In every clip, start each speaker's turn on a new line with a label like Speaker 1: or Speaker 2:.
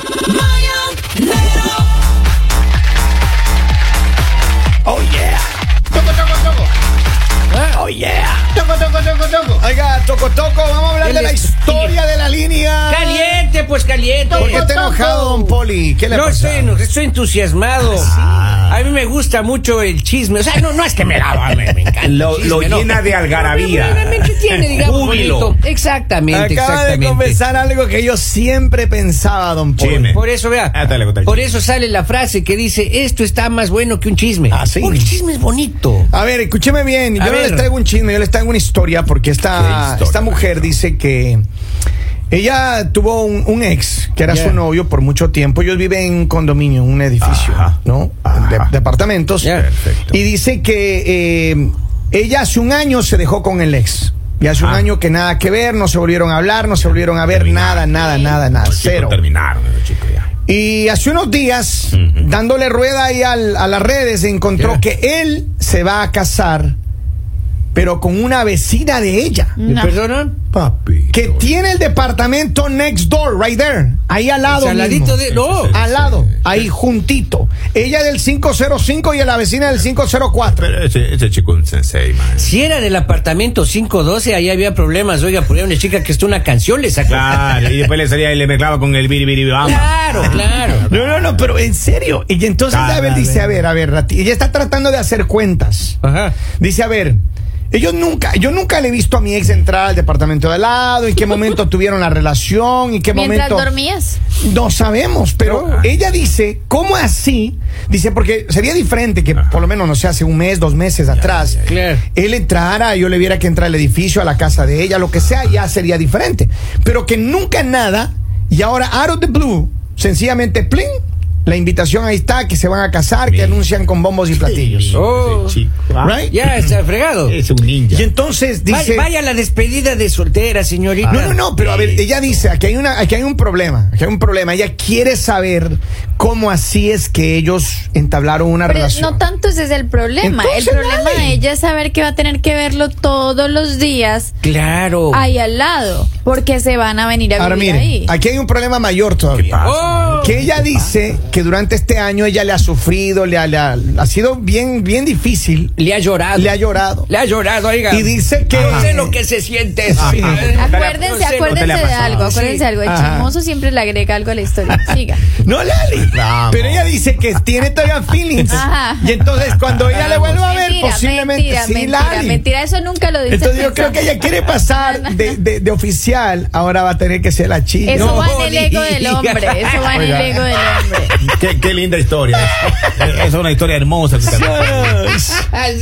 Speaker 1: Oh,
Speaker 2: ¿Eh? caliente.
Speaker 1: ¿Por qué está enojado, don Poli? ¿Qué le
Speaker 2: No
Speaker 1: pasa?
Speaker 2: estoy, enojado, estoy entusiasmado.
Speaker 3: Ah.
Speaker 2: A mí me gusta mucho el chisme. O sea, no, no es que me daba, me, me encanta. el
Speaker 3: Lo,
Speaker 2: chisme,
Speaker 3: lo
Speaker 2: no.
Speaker 3: llena de
Speaker 2: Pero me- me- me
Speaker 3: algarabía.
Speaker 2: entretiene, digamos,
Speaker 3: Júbilo.
Speaker 2: bonito. Exactamente,
Speaker 1: Acaba de
Speaker 2: exactamente.
Speaker 1: confesar algo que yo siempre pensaba, don Poli.
Speaker 3: Chisme.
Speaker 2: Por eso, vea.
Speaker 3: Ah, dale, dale.
Speaker 2: por eso sale la frase que dice: Esto está más bueno que un chisme.
Speaker 1: Ah, sí.
Speaker 2: Porque el chisme es bonito.
Speaker 1: A ver, escúcheme bien.
Speaker 2: A
Speaker 1: yo no
Speaker 2: ver.
Speaker 1: les traigo un chisme, yo les traigo una historia porque
Speaker 3: ¿Qué
Speaker 1: esta,
Speaker 3: historia?
Speaker 1: esta mujer dice que ella tuvo un, un ex que era
Speaker 2: Ya.
Speaker 1: su novio por mucho tiempo. Ellos viven en un condominio, en un edificio,
Speaker 3: Ajá.
Speaker 1: ¿no? De,
Speaker 3: Ajá.
Speaker 1: departamentos.
Speaker 2: Ya.
Speaker 3: Perfecto.
Speaker 1: Y dice que eh, ella hace un año se dejó con el ex. Y hace un
Speaker 3: Ajá.
Speaker 1: año que nada que ver, no se volvieron a hablar, no se volvieron a ver,
Speaker 3: Terminaron.
Speaker 1: nada, nada, nada, nada.
Speaker 3: Los chicos
Speaker 1: Cero.
Speaker 3: Terminaron los chicos ya.
Speaker 1: Y hace unos días,
Speaker 3: Ujú.
Speaker 1: dándole rueda ahí al- a las redes, encontró
Speaker 3: Ya.
Speaker 1: que él se va a casar, pero con una vecina de ella.
Speaker 2: ¿Me perdonan?
Speaker 3: Papi.
Speaker 1: Que tiene el departamento next door, right there. Ahí al lado.
Speaker 2: al ladito
Speaker 1: Ah, mismo.
Speaker 2: de- No.
Speaker 1: Al lado, ahí juntito. Ella del 505 y la vecina del 504.
Speaker 3: Pero ese, ese chico es un sensei, man.
Speaker 2: Si era del apartamento 512, ahí había problemas. Oiga, por ahí una chica que está una canción le sacó.
Speaker 3: Claro, y después le salía y le mezclaba con el biri biri bamba.
Speaker 2: Claro, claro.
Speaker 1: No, no, no, pero en serio. Y entonces,
Speaker 3: Cada
Speaker 1: a ver, dice,
Speaker 3: vez.
Speaker 1: a ver, a ver, Rati- ella está tratando de hacer cuentas.
Speaker 2: Ajá.
Speaker 1: Dice, a ver, ellos nunca, yo nunca le he visto a mi ex entrar al departamento de al lado, en qué momento tuvieron la relación, en qué
Speaker 4: Mientras
Speaker 1: momento.
Speaker 4: dormías.
Speaker 1: No sabemos, pero
Speaker 3: No.
Speaker 1: ella dice, ¿cómo así? Dice, porque sería diferente que
Speaker 3: Ajá.
Speaker 1: por lo menos, no sé, hace un mes, dos meses atrás,
Speaker 3: ya, ya.
Speaker 2: Claro.
Speaker 1: él entrara, yo le viera que entra al edificio, a la casa de ella, lo que sea, ya sería diferente. Pero que nunca nada, y ahora out of the blue, sencillamente, plin, la invitación ahí está, que se van a casar, que
Speaker 3: Mira.
Speaker 1: anuncian con bombos y platillos.
Speaker 3: Ese
Speaker 2: Oh.
Speaker 3: chico, ah.
Speaker 1: Right?
Speaker 2: Ya está fregado.
Speaker 3: Es un ninja.
Speaker 1: Y entonces dice... Ah.
Speaker 2: Vaya, vaya la despedida de soltera, señorita.
Speaker 1: No, no, no, pero a ver, ella dice, aquí hay, una, aquí hay un problema, aquí hay un problema. Ella quiere saber cómo así es que ellos entablaron una
Speaker 4: Pero
Speaker 1: relación.
Speaker 4: no tanto ese es el problema.
Speaker 1: Entonces,
Speaker 4: el problema
Speaker 1: dale.
Speaker 4: de ella es saber que va a tener que verlo todos los días
Speaker 2: Claro.
Speaker 4: ahí al lado, porque se van a venir a
Speaker 1: Ahora
Speaker 4: vivir
Speaker 1: mire,
Speaker 4: ahí.
Speaker 1: aquí hay un problema mayor
Speaker 3: ¿Qué
Speaker 1: todavía.
Speaker 3: pasa?
Speaker 2: Oh.
Speaker 1: Que ella dice que durante este año ella le ha sufrido, le ha, le ha, ha sido bien, bien difícil,
Speaker 2: Le ha llorado.
Speaker 1: le ha llorado.
Speaker 2: Le ha llorado, oiga.
Speaker 1: Y dice que-
Speaker 2: No sé lo que se siente. eso.
Speaker 1: Sí.
Speaker 2: No
Speaker 4: Acuérdense,
Speaker 2: sé lo-
Speaker 4: acuérdense
Speaker 3: no te la
Speaker 4: de
Speaker 3: pasaba.
Speaker 4: algo, acuérdense
Speaker 2: Sí.
Speaker 4: de algo. El
Speaker 1: Ajá.
Speaker 4: chismoso siempre le agrega algo a la historia. Siga.
Speaker 1: No, Lali.
Speaker 3: Vamos.
Speaker 1: Pero ella dice que tiene todavía feelings.
Speaker 4: Ajá.
Speaker 1: Y entonces cuando ella Pues le vuelva a ver,
Speaker 4: Mentira,
Speaker 1: posiblemente
Speaker 4: mentira,
Speaker 1: sí,
Speaker 4: mentira,
Speaker 1: Lali.
Speaker 4: mentira, eso nunca lo dice.
Speaker 1: Entonces yo creo que ella
Speaker 4: pensando.
Speaker 1: quiere pasar de, de- de oficial, ahora va a tener que ser la chica.
Speaker 4: Eso
Speaker 2: No
Speaker 4: va en el ego del
Speaker 2: digas.
Speaker 4: hombre, eso va en
Speaker 1: Oiga.
Speaker 4: el ego del hombre.
Speaker 3: Qué, qué linda historia. Es, es una historia hermosa. que te cuento.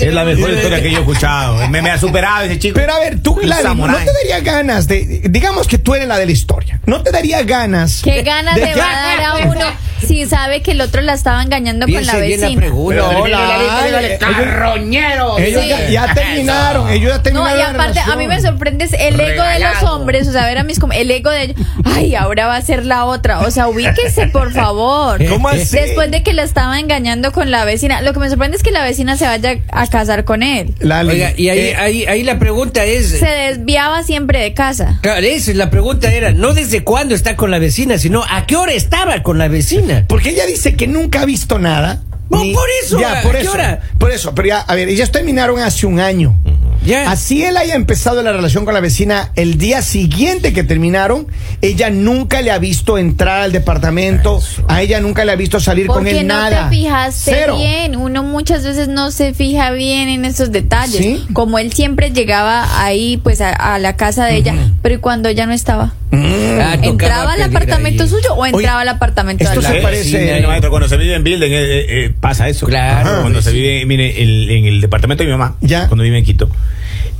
Speaker 3: Es la mejor historia que yo he escuchado. Me, me ha superado ese chico.
Speaker 1: Pero a ver, tú,
Speaker 3: Un
Speaker 1: Lali, ¿no
Speaker 3: samurái.
Speaker 1: te daría ganas de, digamos que tú eres la de la historia, ¿no te daría ganas?
Speaker 4: ¿Qué ganas le va a dar a uno si sabe que el otro la estaba engañando con la
Speaker 2: Piense bien la
Speaker 4: vecina?
Speaker 2: pregunta.
Speaker 1: Pero
Speaker 2: Hola,
Speaker 1: termina la lista, dígale,
Speaker 2: ay, carroñero.
Speaker 1: Ellos
Speaker 4: Sí.
Speaker 1: ya, ya terminaron, ellos ya
Speaker 4: No,
Speaker 1: terminaron.
Speaker 4: y
Speaker 1: la
Speaker 4: aparte, a
Speaker 1: relación.
Speaker 4: mí me sorprende es el ego de los
Speaker 2: Regalado.
Speaker 4: hombres, o sea, ver a mis com- el ego de ellos, ay, ahora va a ser la otra, o sea, ubíquese, por favor.
Speaker 1: ¿Cómo así?
Speaker 4: Después de que la estaba engañando con la vecina, lo que me sorprende es que la vecina se vaya a casar con él.
Speaker 1: Lali,
Speaker 2: Oiga, y ahí,
Speaker 1: eh,
Speaker 2: ahí, ahí la pregunta es.
Speaker 4: Se desviaba siempre de casa.
Speaker 2: Claro, esa es la pregunta era, no desde cuándo está con la vecina, sino a qué hora estaba con la vecina.
Speaker 1: porque ella dice que nunca ha visto nada.
Speaker 2: No, por eso,
Speaker 1: Ya,
Speaker 2: ¿a
Speaker 1: por
Speaker 2: qué
Speaker 1: eso.
Speaker 2: hora?
Speaker 1: Por eso, pero ya, a ver, ellos terminaron hace un año.
Speaker 2: Ya.
Speaker 1: Así él haya empezado la relación con la vecina el día siguiente que terminaron, ella nunca le ha visto entrar al departamento,
Speaker 3: Eso.
Speaker 1: a ella nunca le ha visto salir con
Speaker 4: Porque
Speaker 1: él
Speaker 4: no
Speaker 1: nada.
Speaker 4: te fijaste
Speaker 1: Cero.
Speaker 4: bien, uno muchas veces no se fija bien en esos detalles.
Speaker 1: Sí.
Speaker 4: Como él siempre llegaba ahí, pues a, a la casa de ella, pero ¿y cuando ella no estaba?
Speaker 2: Ah, tocaba
Speaker 4: ¿Entraba al
Speaker 2: pedir
Speaker 4: apartamento
Speaker 2: ahí.
Speaker 4: suyo o entraba
Speaker 1: Oye,
Speaker 4: al apartamento de
Speaker 1: esto
Speaker 4: al
Speaker 1: se
Speaker 4: lado?
Speaker 3: Sí,
Speaker 1: parece-
Speaker 3: sí, no, maestro, cuando se vive en building eh, eh, eh, pasa eso.
Speaker 2: Claro.
Speaker 3: Ajá, cuando se vive, mire, el- en el departamento de mi mamá,
Speaker 1: Ya.
Speaker 3: cuando vive en Quito,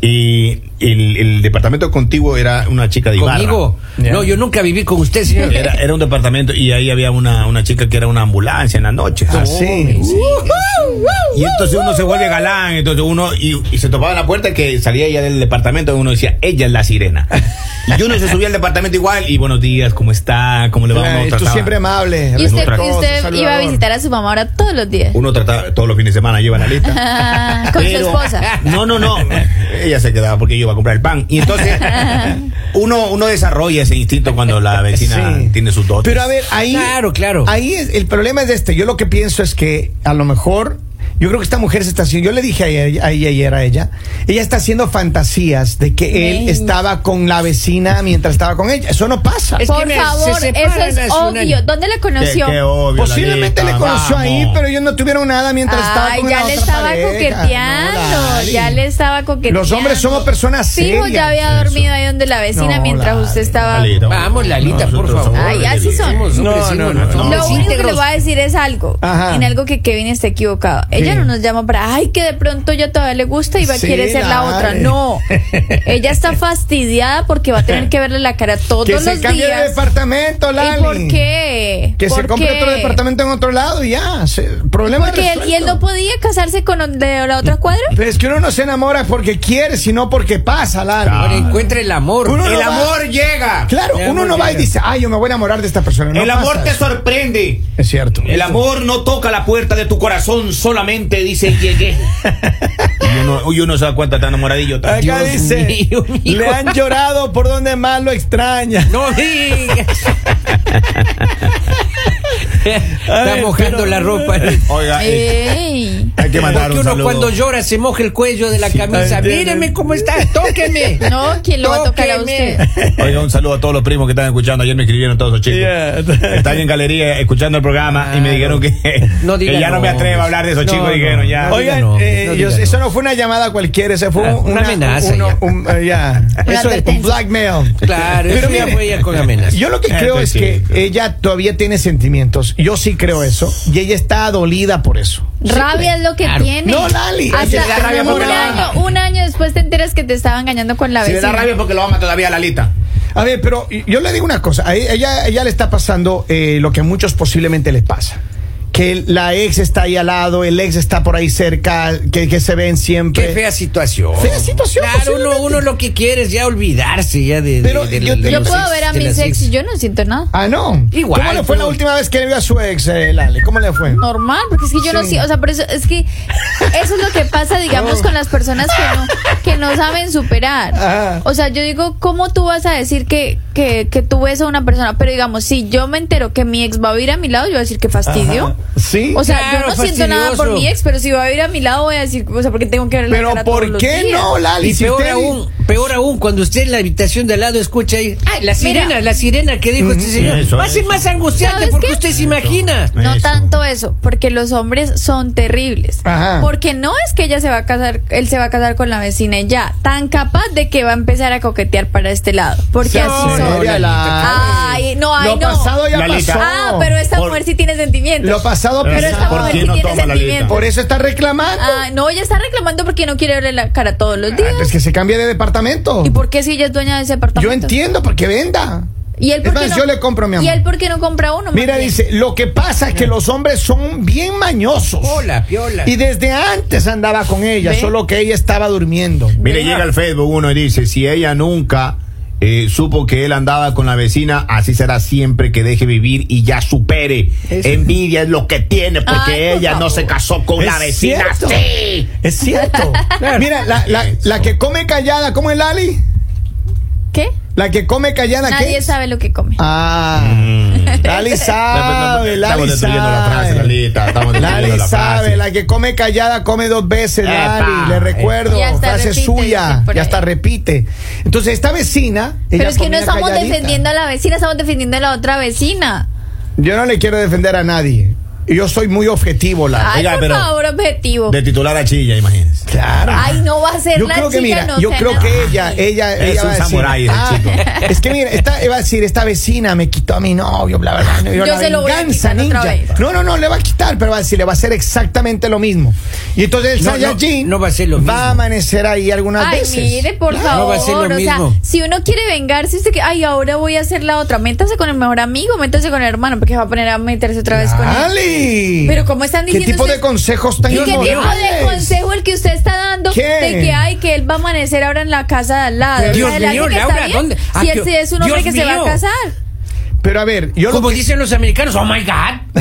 Speaker 3: y el, el departamento contiguo era una chica de Ibarra.
Speaker 2: ¿Conmigo?
Speaker 1: Ya.
Speaker 2: No, yo nunca viví con usted, señor.
Speaker 3: Era, era un departamento y ahí había una, una chica que era una ambulancia en la noche.
Speaker 1: Ah, sí.
Speaker 3: Y entonces uno se vuelve galán, entonces uno y, y se topaba en la puerta que salía ella del departamento y uno decía, ella es la sirena. Y uno se subía al departamento igual y buenos días, ¿cómo está? ¿Cómo le va? Uno
Speaker 1: Claro, tú
Speaker 3: trataba-
Speaker 1: siempre amable.
Speaker 4: Y usted,
Speaker 3: Respetuoso,
Speaker 4: usted
Speaker 1: saludador.
Speaker 4: iba a visitar a su mamá ahora todos los días.
Speaker 3: Uno trataba todos los fines de semana, lleva la lista.
Speaker 4: Ah, con su
Speaker 3: Pero-
Speaker 4: esposa.
Speaker 3: No, no, no. Ella se quedaba porque yo iba a comprar el pan. Y entonces uno, uno desarrolla ese instinto cuando la vecina
Speaker 1: Sí.
Speaker 3: tiene sus dotes.
Speaker 1: Pero a ver, ahí.
Speaker 2: Claro, claro.
Speaker 1: Ahí es- el problema es este. Yo lo que pienso es que a lo mejor. Yo creo que esta mujer se está haciendo, yo le dije ayer, ayer, ayer a ella, ella está haciendo fantasías de que él
Speaker 4: Ey.
Speaker 1: estaba con la vecina mientras estaba con ella. Eso no pasa.
Speaker 2: Es que
Speaker 4: Por
Speaker 2: me- se
Speaker 4: favor,
Speaker 2: separan
Speaker 4: eso
Speaker 2: hace
Speaker 4: es
Speaker 2: un año.
Speaker 4: obvio. ¿Dónde la conoció?
Speaker 3: obvio,
Speaker 1: Posiblemente le
Speaker 3: Lalita,
Speaker 1: conoció ahí,
Speaker 3: vamos.
Speaker 1: pero ellos no tuvieron nada mientras estaba
Speaker 4: Ay,
Speaker 1: con
Speaker 4: Ah, ya
Speaker 1: la
Speaker 4: le
Speaker 1: otra
Speaker 4: estaba
Speaker 1: pareja. No,
Speaker 4: coqueteando,
Speaker 1: Lali.
Speaker 4: ya le estaba coqueteando.
Speaker 1: Los hombres somos personas
Speaker 4: Fijo,
Speaker 1: serias.
Speaker 4: ya había
Speaker 3: Eso.
Speaker 4: dormido ahí donde la vecina
Speaker 1: No,
Speaker 4: mientras
Speaker 1: Lali,
Speaker 4: usted estaba.
Speaker 3: Lalita,
Speaker 2: Vamos, Lalita,
Speaker 3: nosotros
Speaker 2: por favor.
Speaker 3: somos
Speaker 4: Ay, así
Speaker 3: obedientes.
Speaker 4: son.
Speaker 2: Somos
Speaker 1: No,
Speaker 2: hombres,
Speaker 1: no,
Speaker 2: no,
Speaker 1: no, no.
Speaker 2: no,
Speaker 4: Lo
Speaker 2: somos
Speaker 4: único que le
Speaker 2: íntegros.
Speaker 4: voy a decir es algo,
Speaker 1: Ajá.
Speaker 4: en algo que Kevin está equivocado.
Speaker 1: ¿Qué?
Speaker 4: Ella no nos llama para, ay, que de pronto ella todavía le gusta y va a
Speaker 1: Sí,
Speaker 4: querer ser la
Speaker 1: dale.
Speaker 4: otra. No, ella está fastidiada porque va a tener que verle la cara todos
Speaker 1: Que
Speaker 4: los
Speaker 1: se cambie de
Speaker 4: días.
Speaker 1: departamento, Lali.
Speaker 4: ¿Y por qué?
Speaker 1: Que se
Speaker 4: ¿Por
Speaker 1: compre
Speaker 4: qué?
Speaker 1: otro departamento en otro lado y ya. se- problema
Speaker 4: Porque él, y él
Speaker 1: resuelto.
Speaker 4: no podía casarse con el de la otra cuadra.
Speaker 1: Pero es que uno no se enamora porque quiere, sino porque pasa, Lali.
Speaker 2: Ahora encuentra el amor.
Speaker 1: Uno
Speaker 3: El
Speaker 1: no va-
Speaker 3: amor llega.
Speaker 1: Claro,
Speaker 2: El
Speaker 1: uno
Speaker 2: amor
Speaker 1: no va y
Speaker 2: llega.
Speaker 1: dice, ay, yo me voy a enamorar de esta persona. No
Speaker 3: el amor
Speaker 1: pasa
Speaker 3: te
Speaker 1: eso.
Speaker 3: sorprende.
Speaker 1: Es cierto.
Speaker 3: El amor no toca la puerta de tu corazón, solamente dice llegué. y, uno, y uno se da cuenta tan enamoradillo. tan-
Speaker 1: Acá
Speaker 2: Dios
Speaker 1: dice,
Speaker 2: mío, mijo.
Speaker 1: le han llorado por donde más lo extraña.
Speaker 2: No digas. Está
Speaker 1: Ay,
Speaker 2: mojando
Speaker 1: pero-
Speaker 2: la ropa.
Speaker 3: Oiga, eh,
Speaker 4: Ey.
Speaker 3: hay que mandar
Speaker 2: Porque
Speaker 3: un
Speaker 2: uno
Speaker 3: saludo.
Speaker 2: cuando llora se moja el cuello de la camisa.
Speaker 1: entiendo.
Speaker 2: Míreme cómo está, tóqueme.
Speaker 4: No, ¿quién lo va a tocar a usted?
Speaker 3: Oiga, un saludo a todos los primos que están escuchando. Ayer me escribieron todos los chicos.
Speaker 1: Yeah.
Speaker 3: Están en galería escuchando el programa y me dijeron que,
Speaker 2: No
Speaker 3: que
Speaker 2: diga
Speaker 3: ya no, me
Speaker 2: nombres.
Speaker 3: atrevo a hablar de esos
Speaker 2: No,
Speaker 3: chicos.
Speaker 2: no,
Speaker 3: dijeron ya.
Speaker 2: no
Speaker 1: Oigan,
Speaker 2: diga Ah, no,
Speaker 1: eh,
Speaker 2: no
Speaker 1: yo-
Speaker 2: diga
Speaker 1: eso
Speaker 2: no.
Speaker 1: no fue una llamada cualquiera, ese fue
Speaker 2: Ah,
Speaker 1: un-
Speaker 2: una amenaza
Speaker 1: uno-
Speaker 2: ya.
Speaker 1: un- eh, ya. Eso es un
Speaker 4: advertencia.
Speaker 1: blackmail.
Speaker 2: Claro,
Speaker 1: Pero
Speaker 2: eso ya
Speaker 1: mire,
Speaker 2: fue ella con amenaza.
Speaker 1: Yo lo que creo es
Speaker 3: Entonces,
Speaker 1: que
Speaker 3: sí, claro.
Speaker 1: ella todavía tiene sentimientos. Yo sí creo eso. Y ella está dolida por eso.
Speaker 4: Rabia es lo que
Speaker 2: Claro.
Speaker 4: tiene.
Speaker 1: No, Lali, es que
Speaker 4: Hasta
Speaker 1: le da rabia
Speaker 4: un,
Speaker 1: porque la
Speaker 4: año,
Speaker 1: ama.
Speaker 4: un año después te enteras que te estaba engañando con la
Speaker 3: Se le da
Speaker 4: vecina.
Speaker 3: rabia porque lo ama todavía a Lalita.
Speaker 1: A ver, pero yo le digo una cosa. A e-, ella, a ella le está pasando eh, lo que a muchos posiblemente les pasa. Que la ex está ahí al lado, el ex está por ahí cerca, que, que se ven siempre.
Speaker 2: Qué fea situación.
Speaker 1: Fea situación,
Speaker 2: Claro, uno,
Speaker 1: posiblemente.
Speaker 2: uno lo que quiere es ya olvidarse ya de. de-
Speaker 1: Pero
Speaker 2: de-
Speaker 1: yo-
Speaker 2: de
Speaker 1: yo
Speaker 4: Yo
Speaker 2: los
Speaker 4: puedo
Speaker 2: ex,
Speaker 4: ver a
Speaker 2: de
Speaker 4: mis
Speaker 2: las
Speaker 4: ex y yo no siento nada.
Speaker 1: Ah, no.
Speaker 2: Igual,
Speaker 1: ¿Cómo le fue la
Speaker 2: ¿cómo?
Speaker 1: última vez que le vio a su ex, eh, Lali? ¿Cómo le fue?
Speaker 4: Normal, porque es que yo no
Speaker 1: Sí.
Speaker 4: siento, o sea, por eso es que eso es lo que pasa, digamos, con las personas que no que no saben superar.
Speaker 1: Ajá.
Speaker 4: O sea, yo digo, ¿cómo tú vas a decir que, que, que tú ves a una persona? Pero digamos, si yo me entero que mi ex va a ir a mi lado, yo voy a decir que fastidio.
Speaker 1: Ajá. Sí.
Speaker 4: O sea,
Speaker 2: Claro,
Speaker 4: yo no siento nada por
Speaker 2: fastidioso.
Speaker 4: mi ex, pero si va a ir a mi lado, voy a decir, o sea, porque tengo que ver la
Speaker 1: pero
Speaker 4: cara todos
Speaker 1: ¿por
Speaker 4: los
Speaker 1: qué
Speaker 4: días?
Speaker 1: no, Lali?
Speaker 2: Y
Speaker 1: Si
Speaker 2: peor
Speaker 1: usted-
Speaker 2: aún, peor aún, cuando usted en la habitación de al lado escucha ahí, "Ay, la
Speaker 4: Mira.
Speaker 2: sirena, la sirena que dijo
Speaker 1: Mm,
Speaker 2: este señor,
Speaker 3: Eso,
Speaker 2: va a ser
Speaker 3: eso.
Speaker 2: más angustiante
Speaker 4: ¿Sabes
Speaker 2: porque
Speaker 4: qué?
Speaker 2: usted se imagina.
Speaker 4: No
Speaker 3: Eso.
Speaker 4: tanto eso, porque los hombres son terribles.
Speaker 1: Ajá.
Speaker 4: Porque no es que ella se va a casar, él se va a casar con la vecina y ya, tan capaz de que va a empezar a coquetear para este lado. Porque
Speaker 1: No,
Speaker 4: así
Speaker 1: no,
Speaker 4: son.
Speaker 1: Lali.
Speaker 4: Ay, Ah, no, ay,
Speaker 1: Lo
Speaker 4: no.
Speaker 1: pasado ya
Speaker 3: Lalita.
Speaker 1: pasó.
Speaker 4: Ah, pero esta
Speaker 3: Por-
Speaker 4: mujer sí tiene sentimientos.
Speaker 1: Lo pasado
Speaker 4: pero
Speaker 1: pasado.
Speaker 4: esta
Speaker 3: ¿Por
Speaker 4: mujer
Speaker 3: qué
Speaker 4: sí
Speaker 3: no
Speaker 4: tiene
Speaker 3: toma, Lalita?
Speaker 4: sentimientos.
Speaker 1: Por eso está reclamando.
Speaker 4: Ah, no, ella está reclamando porque no quiere verle la cara todos los días.
Speaker 1: Ah, Es que se cambie de departamento.
Speaker 4: ¿Y por qué si ella es dueña de ese apartamento?
Speaker 1: Yo entiendo, porque venda.
Speaker 4: ¿Y él por
Speaker 1: Es
Speaker 4: qué
Speaker 1: más,
Speaker 4: no-
Speaker 1: yo le compro, mi amor.
Speaker 4: ¿Y él por qué no compra uno? más
Speaker 1: Mira,
Speaker 4: bien?
Speaker 1: dice, lo que pasa es que los hombres son bien mañosos.
Speaker 2: Piola, piola.
Speaker 1: Y desde antes andaba con ella,
Speaker 4: Ve.
Speaker 1: solo que ella estaba durmiendo.
Speaker 3: Mire, llega al Facebook uno y dice, si ella nunca eh, supo que él andaba con la vecina, así será siempre que deje vivir y ya supere.
Speaker 1: Eso.
Speaker 3: Envidia es lo que tiene porque
Speaker 4: Ay, por
Speaker 3: ella no
Speaker 4: favor.
Speaker 3: se casó con
Speaker 1: Es
Speaker 3: la vecina.
Speaker 1: cierto.
Speaker 3: Sí.
Speaker 1: Es cierto.
Speaker 2: Claro.
Speaker 1: Mira, la, la-
Speaker 3: Eso.
Speaker 1: la que come callada, ¿cómo es Lali?
Speaker 4: ¿Qué?
Speaker 1: La que come callada,
Speaker 4: Nadie
Speaker 1: ¿qué?
Speaker 4: sabe lo que come.
Speaker 1: Ah. Lali sabe,
Speaker 3: pues, Estamos
Speaker 1: Ah, Lali
Speaker 3: destruyendo la frase,
Speaker 1: sabe.
Speaker 3: Lalita. Estamos destruyendo
Speaker 1: Lali
Speaker 3: la
Speaker 1: sabe,
Speaker 3: frase.
Speaker 1: la que come callada come dos veces,
Speaker 3: Epa,
Speaker 1: Lali, le
Speaker 3: epa.
Speaker 1: recuerdo,
Speaker 4: Y hasta
Speaker 1: frase
Speaker 4: repite,
Speaker 1: suya,
Speaker 4: dicen por
Speaker 1: y
Speaker 4: ahí.
Speaker 1: hasta repite. Entonces, esta vecina...
Speaker 4: Pero
Speaker 1: ella
Speaker 4: es que no
Speaker 1: comía
Speaker 4: estamos
Speaker 1: calladita.
Speaker 4: defendiendo a la vecina, estamos defendiendo a la otra vecina.
Speaker 1: Yo no le quiero defender a nadie. Yo soy muy objetivo, Lali.
Speaker 4: Ay,
Speaker 3: Oiga,
Speaker 4: por
Speaker 3: pero-
Speaker 4: favor, objetivo.
Speaker 3: De titular a Chilla, imagínense.
Speaker 1: Claro.
Speaker 4: Ay, no va a ser
Speaker 1: yo
Speaker 4: la
Speaker 1: creo que
Speaker 4: chica,
Speaker 1: mira,
Speaker 4: no
Speaker 1: yo
Speaker 4: sea
Speaker 1: creo
Speaker 4: nada.
Speaker 1: que ella, ella,
Speaker 3: Es
Speaker 1: ella
Speaker 3: un
Speaker 1: va a decir,
Speaker 3: samurái ese
Speaker 1: "Ah,
Speaker 3: chico".
Speaker 1: es que mira, esta, va a decir, esta vecina me quitó a mi novio, bla, bla, bla.
Speaker 4: Yo
Speaker 1: la
Speaker 4: se lo voy a
Speaker 1: venganza,
Speaker 4: quitar otra
Speaker 1: ninja.
Speaker 4: vez.
Speaker 1: No, no, no, le va a quitar, pero va a decir, le va a hacer exactamente lo mismo. Y entonces el
Speaker 2: No, no,
Speaker 1: Saiyajin
Speaker 2: no va a ser lo
Speaker 1: Va
Speaker 2: mismo.
Speaker 1: a amanecer ahí algunas
Speaker 4: Ay,
Speaker 1: veces.
Speaker 4: mire, por
Speaker 2: Claro,
Speaker 4: favor.
Speaker 2: va a ser lo
Speaker 4: o
Speaker 2: mismo.
Speaker 4: sea, si uno quiere vengarse, usted que, ay, ahora voy a hacer la otra. Métase con el mejor amigo, métase con el hermano, porque se va a poner a meterse otra vez con él.
Speaker 1: ¡Ali!
Speaker 4: Pero ¿cómo están diciendo
Speaker 1: ¿Qué tipo de
Speaker 4: ustedes?
Speaker 1: consejos tan
Speaker 4: ¿Y qué tipo de
Speaker 1: inmorales?
Speaker 4: consejo el que usted está dando
Speaker 1: ¿Qué?
Speaker 4: de que hay que él va a amanecer ahora en la casa de al lado?
Speaker 2: Dios
Speaker 4: ¿La de alguien
Speaker 2: mío,
Speaker 4: que está
Speaker 2: Laura,
Speaker 4: bien?
Speaker 2: ¿dónde? Ah,
Speaker 4: Si él
Speaker 2: que-
Speaker 4: es un hombre que
Speaker 2: Dios
Speaker 4: se va
Speaker 2: mío.
Speaker 4: a casar.
Speaker 1: Pero a ver, yo lo
Speaker 2: Como
Speaker 1: que-
Speaker 2: dicen los americanos, oh my god.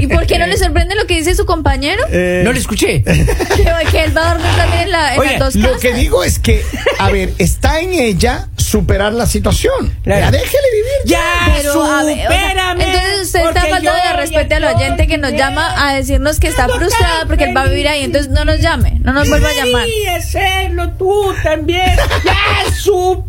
Speaker 4: ¿Y por qué no le sorprende lo que dice su compañero?
Speaker 1: Eh,
Speaker 2: No le escuché.
Speaker 4: que, que él va a dormir también en, la, en
Speaker 2: Oye,
Speaker 4: las dos
Speaker 1: Lo
Speaker 4: casas.
Speaker 1: que digo es que, a ver, está en ella superar la situación.
Speaker 2: Claro.
Speaker 1: Ya déjele vivir.
Speaker 2: Ya,
Speaker 4: Pero, a ver, o sea,
Speaker 2: supérame.
Speaker 4: entonces usted está
Speaker 2: porque
Speaker 4: faltando
Speaker 2: yo
Speaker 4: de respete al oyente que nos llama a decirnos que está frustrada porque él va a vivir ahí, entonces no nos llame, no nos vuelva a llamar.
Speaker 2: Sí, hacerlo tú también. Ya,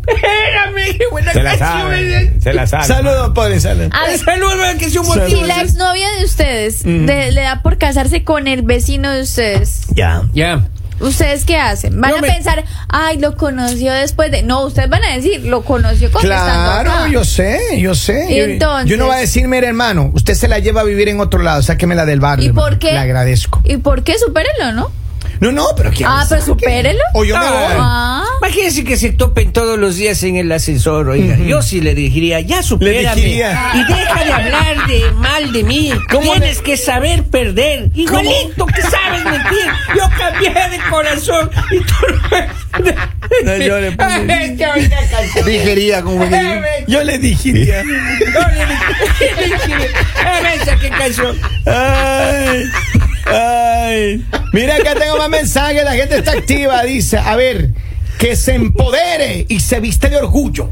Speaker 2: supérame. Qué buena
Speaker 3: Se la
Speaker 2: canción
Speaker 3: sabe. Se la sabe.
Speaker 1: Saludos, padre, saludos.
Speaker 4: A ver,
Speaker 2: Saludos, que es un
Speaker 4: si
Speaker 2: motivo.
Speaker 4: la exnovia de ustedes de- le da por casarse con el vecino de ustedes,
Speaker 1: Ya.
Speaker 2: Ya.
Speaker 4: ¿ustedes qué hacen? Van
Speaker 1: No
Speaker 4: a
Speaker 1: me-
Speaker 4: pensar, ay, lo conoció después de. No, ustedes van a decir, lo conoció cuando estando
Speaker 1: Claro,
Speaker 4: acá".
Speaker 1: yo sé, yo sé.
Speaker 4: Y
Speaker 1: Yo-
Speaker 4: entonces-
Speaker 1: yo no voy a decir, mire, hermano, usted se la lleva a vivir en otro lado, sáquemela del barrio.
Speaker 4: ¿Y por
Speaker 1: hermano.
Speaker 4: qué?
Speaker 1: Le agradezco.
Speaker 4: ¿Y por qué? Supérenlo, ¿no?
Speaker 1: No, no, pero ¿quién
Speaker 4: Ah,
Speaker 1: sabe?
Speaker 4: pero supérelo.
Speaker 1: O yo me
Speaker 2: No.
Speaker 1: voy.
Speaker 4: Ah.
Speaker 2: Imagínense que se topen todos los días en el ascensor, oiga. Yo sí le diría, ya supérame.
Speaker 1: diría.
Speaker 2: Y deja de hablar de mal de mí. Tienes que saber perder. Igualito que sabes mentir. Yo cambié de corazón y tú no
Speaker 1: No llores, papi.
Speaker 2: Ay, qué bonita canción.
Speaker 1: Dijería, como que
Speaker 2: Eh,
Speaker 1: yo- yo le dijería.
Speaker 2: Ay, esa qué canción.
Speaker 1: Ay, ay. Mira que tengo más mensajes, la gente está activa, dice, a ver, que se empodere y se viste de orgullo.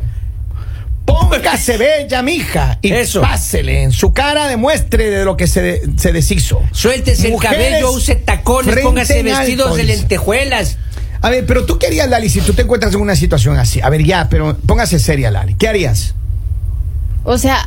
Speaker 1: Póngase bella, mija, y
Speaker 2: Eso.
Speaker 1: pásele en su cara, demuestre de lo que se, se deshizo.
Speaker 2: Suéltese
Speaker 1: Mujeres
Speaker 2: el cabello, use tacones,
Speaker 1: frente
Speaker 2: póngase
Speaker 1: en alto,
Speaker 2: vestidos de
Speaker 1: dice.
Speaker 2: lentejuelas.
Speaker 1: A ver, pero tú qué harías, Lali, si tú te encuentras en una situación así. A ver, ya, pero póngase seria, Lali. ¿Qué harías?
Speaker 4: O sea,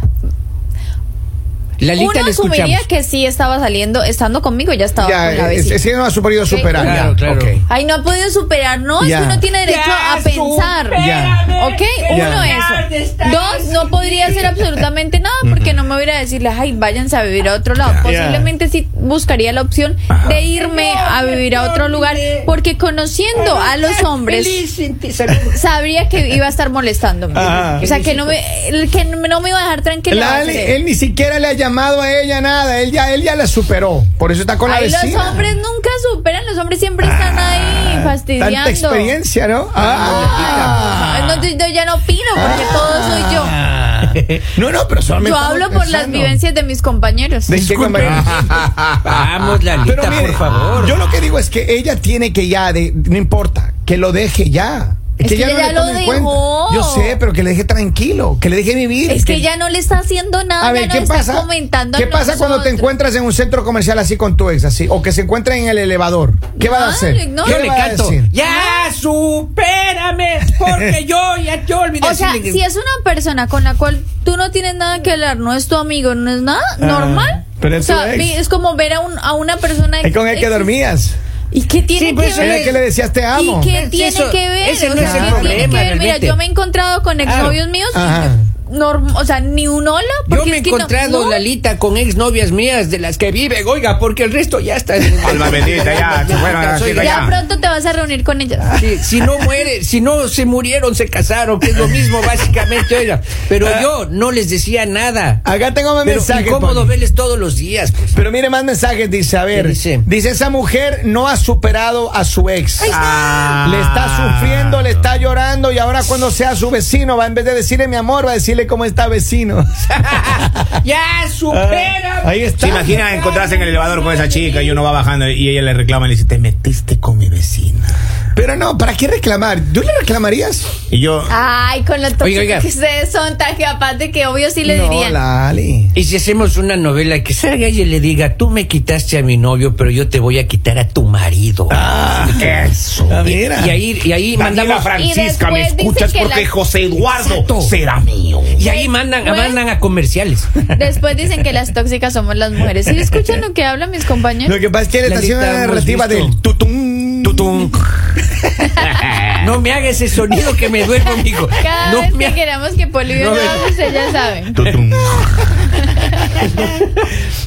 Speaker 2: Lalita
Speaker 4: uno
Speaker 2: le
Speaker 4: asumiría
Speaker 2: escuchamos.
Speaker 4: que sí estaba saliendo, estando conmigo ya estaba
Speaker 1: ya,
Speaker 4: con la
Speaker 1: es,
Speaker 4: vecina.
Speaker 1: es que no has podido superar.
Speaker 2: Claro,
Speaker 1: ya,
Speaker 2: claro.
Speaker 1: ok.
Speaker 4: Ay, no ha podido superar, no,
Speaker 1: Ya.
Speaker 4: es que uno tiene derecho
Speaker 2: Ya,
Speaker 4: a pensar.
Speaker 2: supérame.
Speaker 4: ¿Ok? Uno
Speaker 2: Ya.
Speaker 4: eso. Dos, no podría hacer absolutamente nada porque no me hubiera a decirles, ay, váyanse a vivir a otro lado. Posiblemente sí buscaría la opción de irme a vivir a otro lugar porque conociendo a los hombres
Speaker 2: Felicity, saludos.
Speaker 4: sabría que iba a estar molestándome.
Speaker 1: Ajá.
Speaker 4: O sea, que no me el que no me iba a dejar tranquila. va a
Speaker 1: Lali,
Speaker 4: ser.
Speaker 1: él ni siquiera le ha llamado a ella nada, él ya, él ya la superó. Por eso está con
Speaker 4: Ay,
Speaker 1: la
Speaker 4: los
Speaker 1: vecina. Ah,
Speaker 4: hombres nunca superan, los hombres siempre están ahí fastidiando.
Speaker 1: Tanta experiencia, ¿no?
Speaker 4: Ah,
Speaker 1: Ah.
Speaker 4: Entonces yo ya no opino porque todo soy yo.
Speaker 1: No, no, pero solamente.
Speaker 4: Yo
Speaker 1: estamos
Speaker 4: hablo por las
Speaker 1: pensando.
Speaker 4: vivencias de mis compañeros.
Speaker 1: ¿De qué compañeros?
Speaker 2: Vamos,
Speaker 1: Pero
Speaker 2: Lalita,
Speaker 1: mire,
Speaker 2: por favor.
Speaker 1: yo lo que digo es que ella tiene que ya, de, no importa, que lo deje ya.
Speaker 4: Es que
Speaker 1: no
Speaker 4: ella
Speaker 1: le
Speaker 4: ya lo
Speaker 1: tome en cuenta.
Speaker 4: dejó.
Speaker 1: Yo sé, pero que le deje tranquilo, que le deje vivir.
Speaker 4: Es que ya no le está haciendo nada.
Speaker 1: A ver,
Speaker 4: ya
Speaker 1: ¿qué
Speaker 4: nos está
Speaker 1: pasa?
Speaker 4: comentando a
Speaker 1: ¿Qué pasa cuando te
Speaker 4: nosotros.
Speaker 1: encuentras en un centro comercial así con tu ex, así? O que se encuentra en el elevador. ¿Qué va a
Speaker 4: No,
Speaker 1: hacer?
Speaker 4: no.
Speaker 1: ¿Qué
Speaker 2: Yo
Speaker 4: ¿Qué
Speaker 2: le
Speaker 1: va a
Speaker 2: canto.
Speaker 1: decir?
Speaker 2: Ya, supérame, porque yo ya te olvidé.
Speaker 4: O sea,
Speaker 2: Así le-
Speaker 4: si es una persona con la cual tú no tienes nada que hablar, no es tu amigo, no es nada normal.
Speaker 1: Ah, pero es
Speaker 4: o sea,
Speaker 1: tu ex.
Speaker 4: vi- es como ver a, un, a una persona
Speaker 1: Es con el que
Speaker 4: ex-
Speaker 1: dormías.
Speaker 4: ¿Y qué tiene
Speaker 2: Sí, pues,
Speaker 4: que
Speaker 2: Pero
Speaker 1: Era
Speaker 4: ver?
Speaker 1: el que le decías te amo.
Speaker 4: ¿Y qué tiene
Speaker 2: Eso-
Speaker 4: que ver?
Speaker 2: ese no es el
Speaker 4: ¿qué tiene
Speaker 2: problema,
Speaker 4: que ver? Mira,
Speaker 2: realmente.
Speaker 4: yo me he encontrado con exnovios míos. y
Speaker 1: Ajá.
Speaker 4: yo- norm- o sea, ni un hola.
Speaker 2: Yo
Speaker 4: porque
Speaker 2: me he
Speaker 4: es que no-
Speaker 2: encontrado,
Speaker 4: no.
Speaker 2: Lalita, con exnovias mías de las que viven, oiga, porque el resto ya está.
Speaker 3: Alma bendita, ya, se fueron a la
Speaker 2: Soy-
Speaker 3: chica,
Speaker 4: Ya
Speaker 3: ya.
Speaker 4: pronto te vas a reunir con ellas.
Speaker 2: Sí, si no muere, si no se murieron, se casaron, que es lo mismo básicamente, oiga. Pero
Speaker 3: Ah.
Speaker 2: yo no les decía nada.
Speaker 1: Acá tengo más
Speaker 2: Pero
Speaker 1: mensajes.
Speaker 2: incómodo
Speaker 1: Poli.
Speaker 2: verles todos los días, pues.
Speaker 1: Pero mire más mensajes, dice, a ver,
Speaker 2: ¿Qué dice?
Speaker 1: dice? esa mujer no ha superado a su ex.
Speaker 3: Ah.
Speaker 1: Le está sufriendo, le está llorando y ahora cuando sea su vecino va en vez de decirle mi amor, va a decirle cómo está vecino.
Speaker 2: ya, supérame.
Speaker 1: Ah. Ahí está.
Speaker 3: ¿Se imagina encontrarse en el elevador con esa chica y uno va bajando y ella le reclama y le dice, te metiste con mi vecina?
Speaker 1: Pero no, ¿para qué reclamar? ¿Tú le reclamarías?
Speaker 3: Y yo,
Speaker 4: Ay, con lo
Speaker 2: Oiga, oiga.
Speaker 4: tóxicos que ustedes son tan capaz de que obvio sí le
Speaker 1: no,
Speaker 4: dirían.
Speaker 1: Lali.
Speaker 2: Y si hacemos una novela que salga y le diga, tú me quitaste a mi novio, pero yo te voy a quitar a tu marido.
Speaker 1: Ah,
Speaker 3: eso.
Speaker 1: Ah,
Speaker 2: Y-
Speaker 1: mira.
Speaker 2: Y, ahí, y ahí
Speaker 3: Mandaba
Speaker 2: mandamos.
Speaker 3: Francisca,
Speaker 4: Y después
Speaker 3: me
Speaker 4: dice
Speaker 3: escuchas
Speaker 4: que
Speaker 3: porque
Speaker 4: la-
Speaker 3: José Eduardo
Speaker 2: Exacto.
Speaker 3: será mío.
Speaker 2: Y ahí mandan,
Speaker 4: Pues-
Speaker 2: mandan a comerciales.
Speaker 4: Después dicen que las tóxicas somos las mujeres. ¿Sí escuchan lo que hablan mis compañeros?
Speaker 1: Lo que pasa es que le está haciendo
Speaker 2: Lalita,
Speaker 1: la
Speaker 2: hemos
Speaker 1: narrativa
Speaker 2: visto.
Speaker 1: del tutum.
Speaker 2: Tutum. no me hagas ese sonido que me duermo, amigo.
Speaker 4: Cada
Speaker 2: No
Speaker 4: vez
Speaker 2: me
Speaker 4: que queramos que Polivio
Speaker 2: No
Speaker 4: no,
Speaker 2: me-
Speaker 4: hable, ya saben.
Speaker 3: Tutum.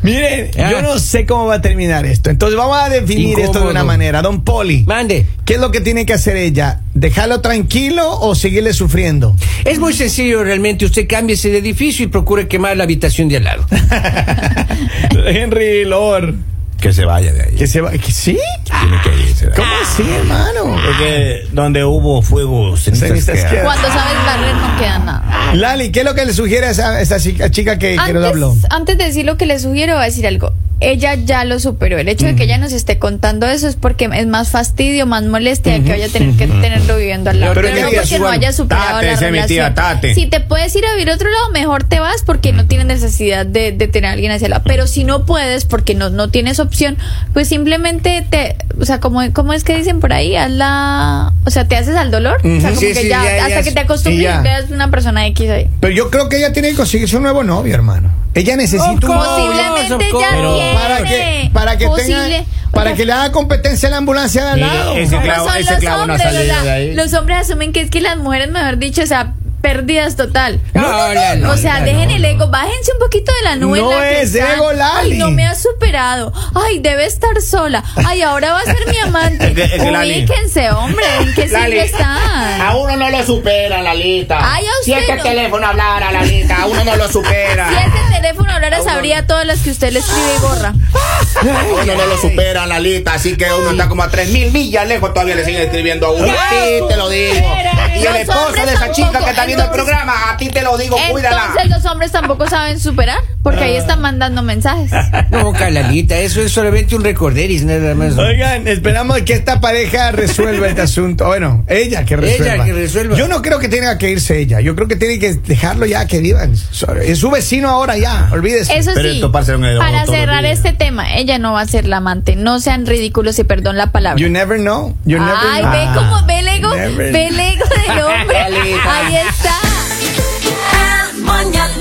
Speaker 1: Miren,
Speaker 2: Ah.
Speaker 1: yo no sé cómo va a terminar esto. Entonces vamos a definir esto de
Speaker 2: Incómodo.
Speaker 1: una manera. Don Poli.
Speaker 2: Mande.
Speaker 1: ¿Qué es lo que tiene que hacer ella? ¿Dejarlo tranquilo o seguirle sufriendo?
Speaker 2: Es muy sencillo realmente. Usted cambie ese edificio y procure quemar la habitación de al lado.
Speaker 1: Henry Lord.
Speaker 3: Que se vaya de ahí.
Speaker 1: Que se va. que- ¿Sí?
Speaker 3: Tiene que irse de ahí.
Speaker 1: ¿Cómo así, hermano?
Speaker 3: Porque donde hubo fuego,
Speaker 1: Cenizas
Speaker 3: cenizas
Speaker 1: quedan.
Speaker 3: quedan.
Speaker 4: Cuando sabes barrer no queda nada.
Speaker 1: Lali, ¿qué es lo que le sugiere a esa, a esa chica chica que, que nos habló?
Speaker 4: Antes, antes de decir lo que les sugiero, voy a decir algo. ella ya lo superó. El hecho de
Speaker 1: Mm.
Speaker 4: que ella nos esté contando eso es porque es más fastidio, más molestia que vaya a tener que tenerlo viviendo al lado.
Speaker 3: Pero
Speaker 4: Pero,
Speaker 3: ella
Speaker 4: no
Speaker 3: diría,
Speaker 4: porque no
Speaker 3: "Suban,
Speaker 4: haya superado
Speaker 3: tate,
Speaker 4: la
Speaker 3: sé mi
Speaker 4: relación.
Speaker 3: tía, tate".
Speaker 4: Si te puedes ir a vivir a otro lado, mejor te vas porque no tienes necesidad de, de tener a alguien hacia el lado. Pero si no puedes, porque no, no tienes opción, pues simplemente te, o sea, como, como es que dicen por ahí, haz la, o sea, te haces al dolor. O sea,
Speaker 1: Ujú.
Speaker 4: como
Speaker 1: Sí,
Speaker 4: que
Speaker 1: sí,
Speaker 4: ya,
Speaker 1: ya, ya
Speaker 4: hasta
Speaker 1: es-
Speaker 4: que te
Speaker 1: y
Speaker 4: acostumbres
Speaker 1: ya.
Speaker 4: y veas una persona X ahí.
Speaker 1: Pero yo creo que ella tiene que conseguirse un nuevo novio, hermano. Ella necesita un
Speaker 2: Of course.
Speaker 1: novio.
Speaker 4: Posiblemente
Speaker 2: Pero-
Speaker 4: ya tiene.
Speaker 1: Para que, para que tenga,
Speaker 4: Posible.
Speaker 1: para
Speaker 4: O sea,
Speaker 1: que le haga competencia a la ambulancia de al
Speaker 3: Mire,
Speaker 1: lado.
Speaker 3: ese
Speaker 4: ¿cómo
Speaker 3: clavo-
Speaker 4: son
Speaker 3: ese
Speaker 4: los
Speaker 3: clavo no ha
Speaker 4: hombres? O
Speaker 3: salido
Speaker 4: sea,
Speaker 3: de ahí.
Speaker 4: Los hombres asumen que es que las mujeres, mejor dicho, o sea, pérdidas total.
Speaker 2: No, no, no, no,
Speaker 4: o sea,
Speaker 2: no,
Speaker 4: dejen
Speaker 2: no,
Speaker 4: el
Speaker 2: no.
Speaker 4: ego, bájense un poquito de la nube. en
Speaker 1: No
Speaker 4: la que
Speaker 1: es
Speaker 4: están.
Speaker 1: ego, Lali.
Speaker 4: Ay, no me ha superado. Ay, debe estar sola. Ay, ahora va a ser mi amante.
Speaker 3: Es que- es que Lali-
Speaker 4: Ubíquense, hombre. ¿En qué
Speaker 5: Lali.
Speaker 4: sitio están?
Speaker 5: A uno no lo supera, Lalita.
Speaker 4: Ay, a
Speaker 5: si
Speaker 4: usted
Speaker 5: este
Speaker 4: no.
Speaker 5: teléfono hablara, Lalita, a uno no lo supera.
Speaker 4: Si ese teléfono ahora sabría todas las que usted le escribe y borra.
Speaker 5: A uno no lo supera, Lalita. Así que uno está como a tres mil millas lejos. Todavía le siguen escribiendo a uno. A ti te lo digo. Y el
Speaker 4: Los
Speaker 5: esposo de
Speaker 4: hombres
Speaker 5: esa chica
Speaker 4: tampoco,
Speaker 5: que está viendo el
Speaker 4: entonces-
Speaker 5: programa, a ti te lo digo, cuídala.
Speaker 4: Entonces los hombres tampoco saben superar, porque ahí están mandando mensajes.
Speaker 2: No, Calalita, eso es solamente un recorderis, nada más.
Speaker 1: Oigan, esperamos que esta pareja resuelva este asunto. Bueno, ella que
Speaker 2: Ella
Speaker 1: resuelva.
Speaker 2: que resuelva.
Speaker 1: Yo no creo que tenga que irse ella. Yo creo que tiene que dejarlo ya que vivan. Es su vecino ahora ya. Olvídese.
Speaker 4: Eso
Speaker 3: Pero
Speaker 4: sí,
Speaker 3: esto, parce, era un hediondo
Speaker 4: para
Speaker 3: todos los
Speaker 4: cerrar
Speaker 3: días.
Speaker 4: este tema, ella no va a ser la amante. No sean ridículos y perdón la palabra.
Speaker 1: You never know. You never
Speaker 4: Ay,
Speaker 1: know.
Speaker 4: ve cómo ve el ego,
Speaker 1: Never
Speaker 4: ve el ego del hombre. Ahí está.
Speaker 6: El mañanero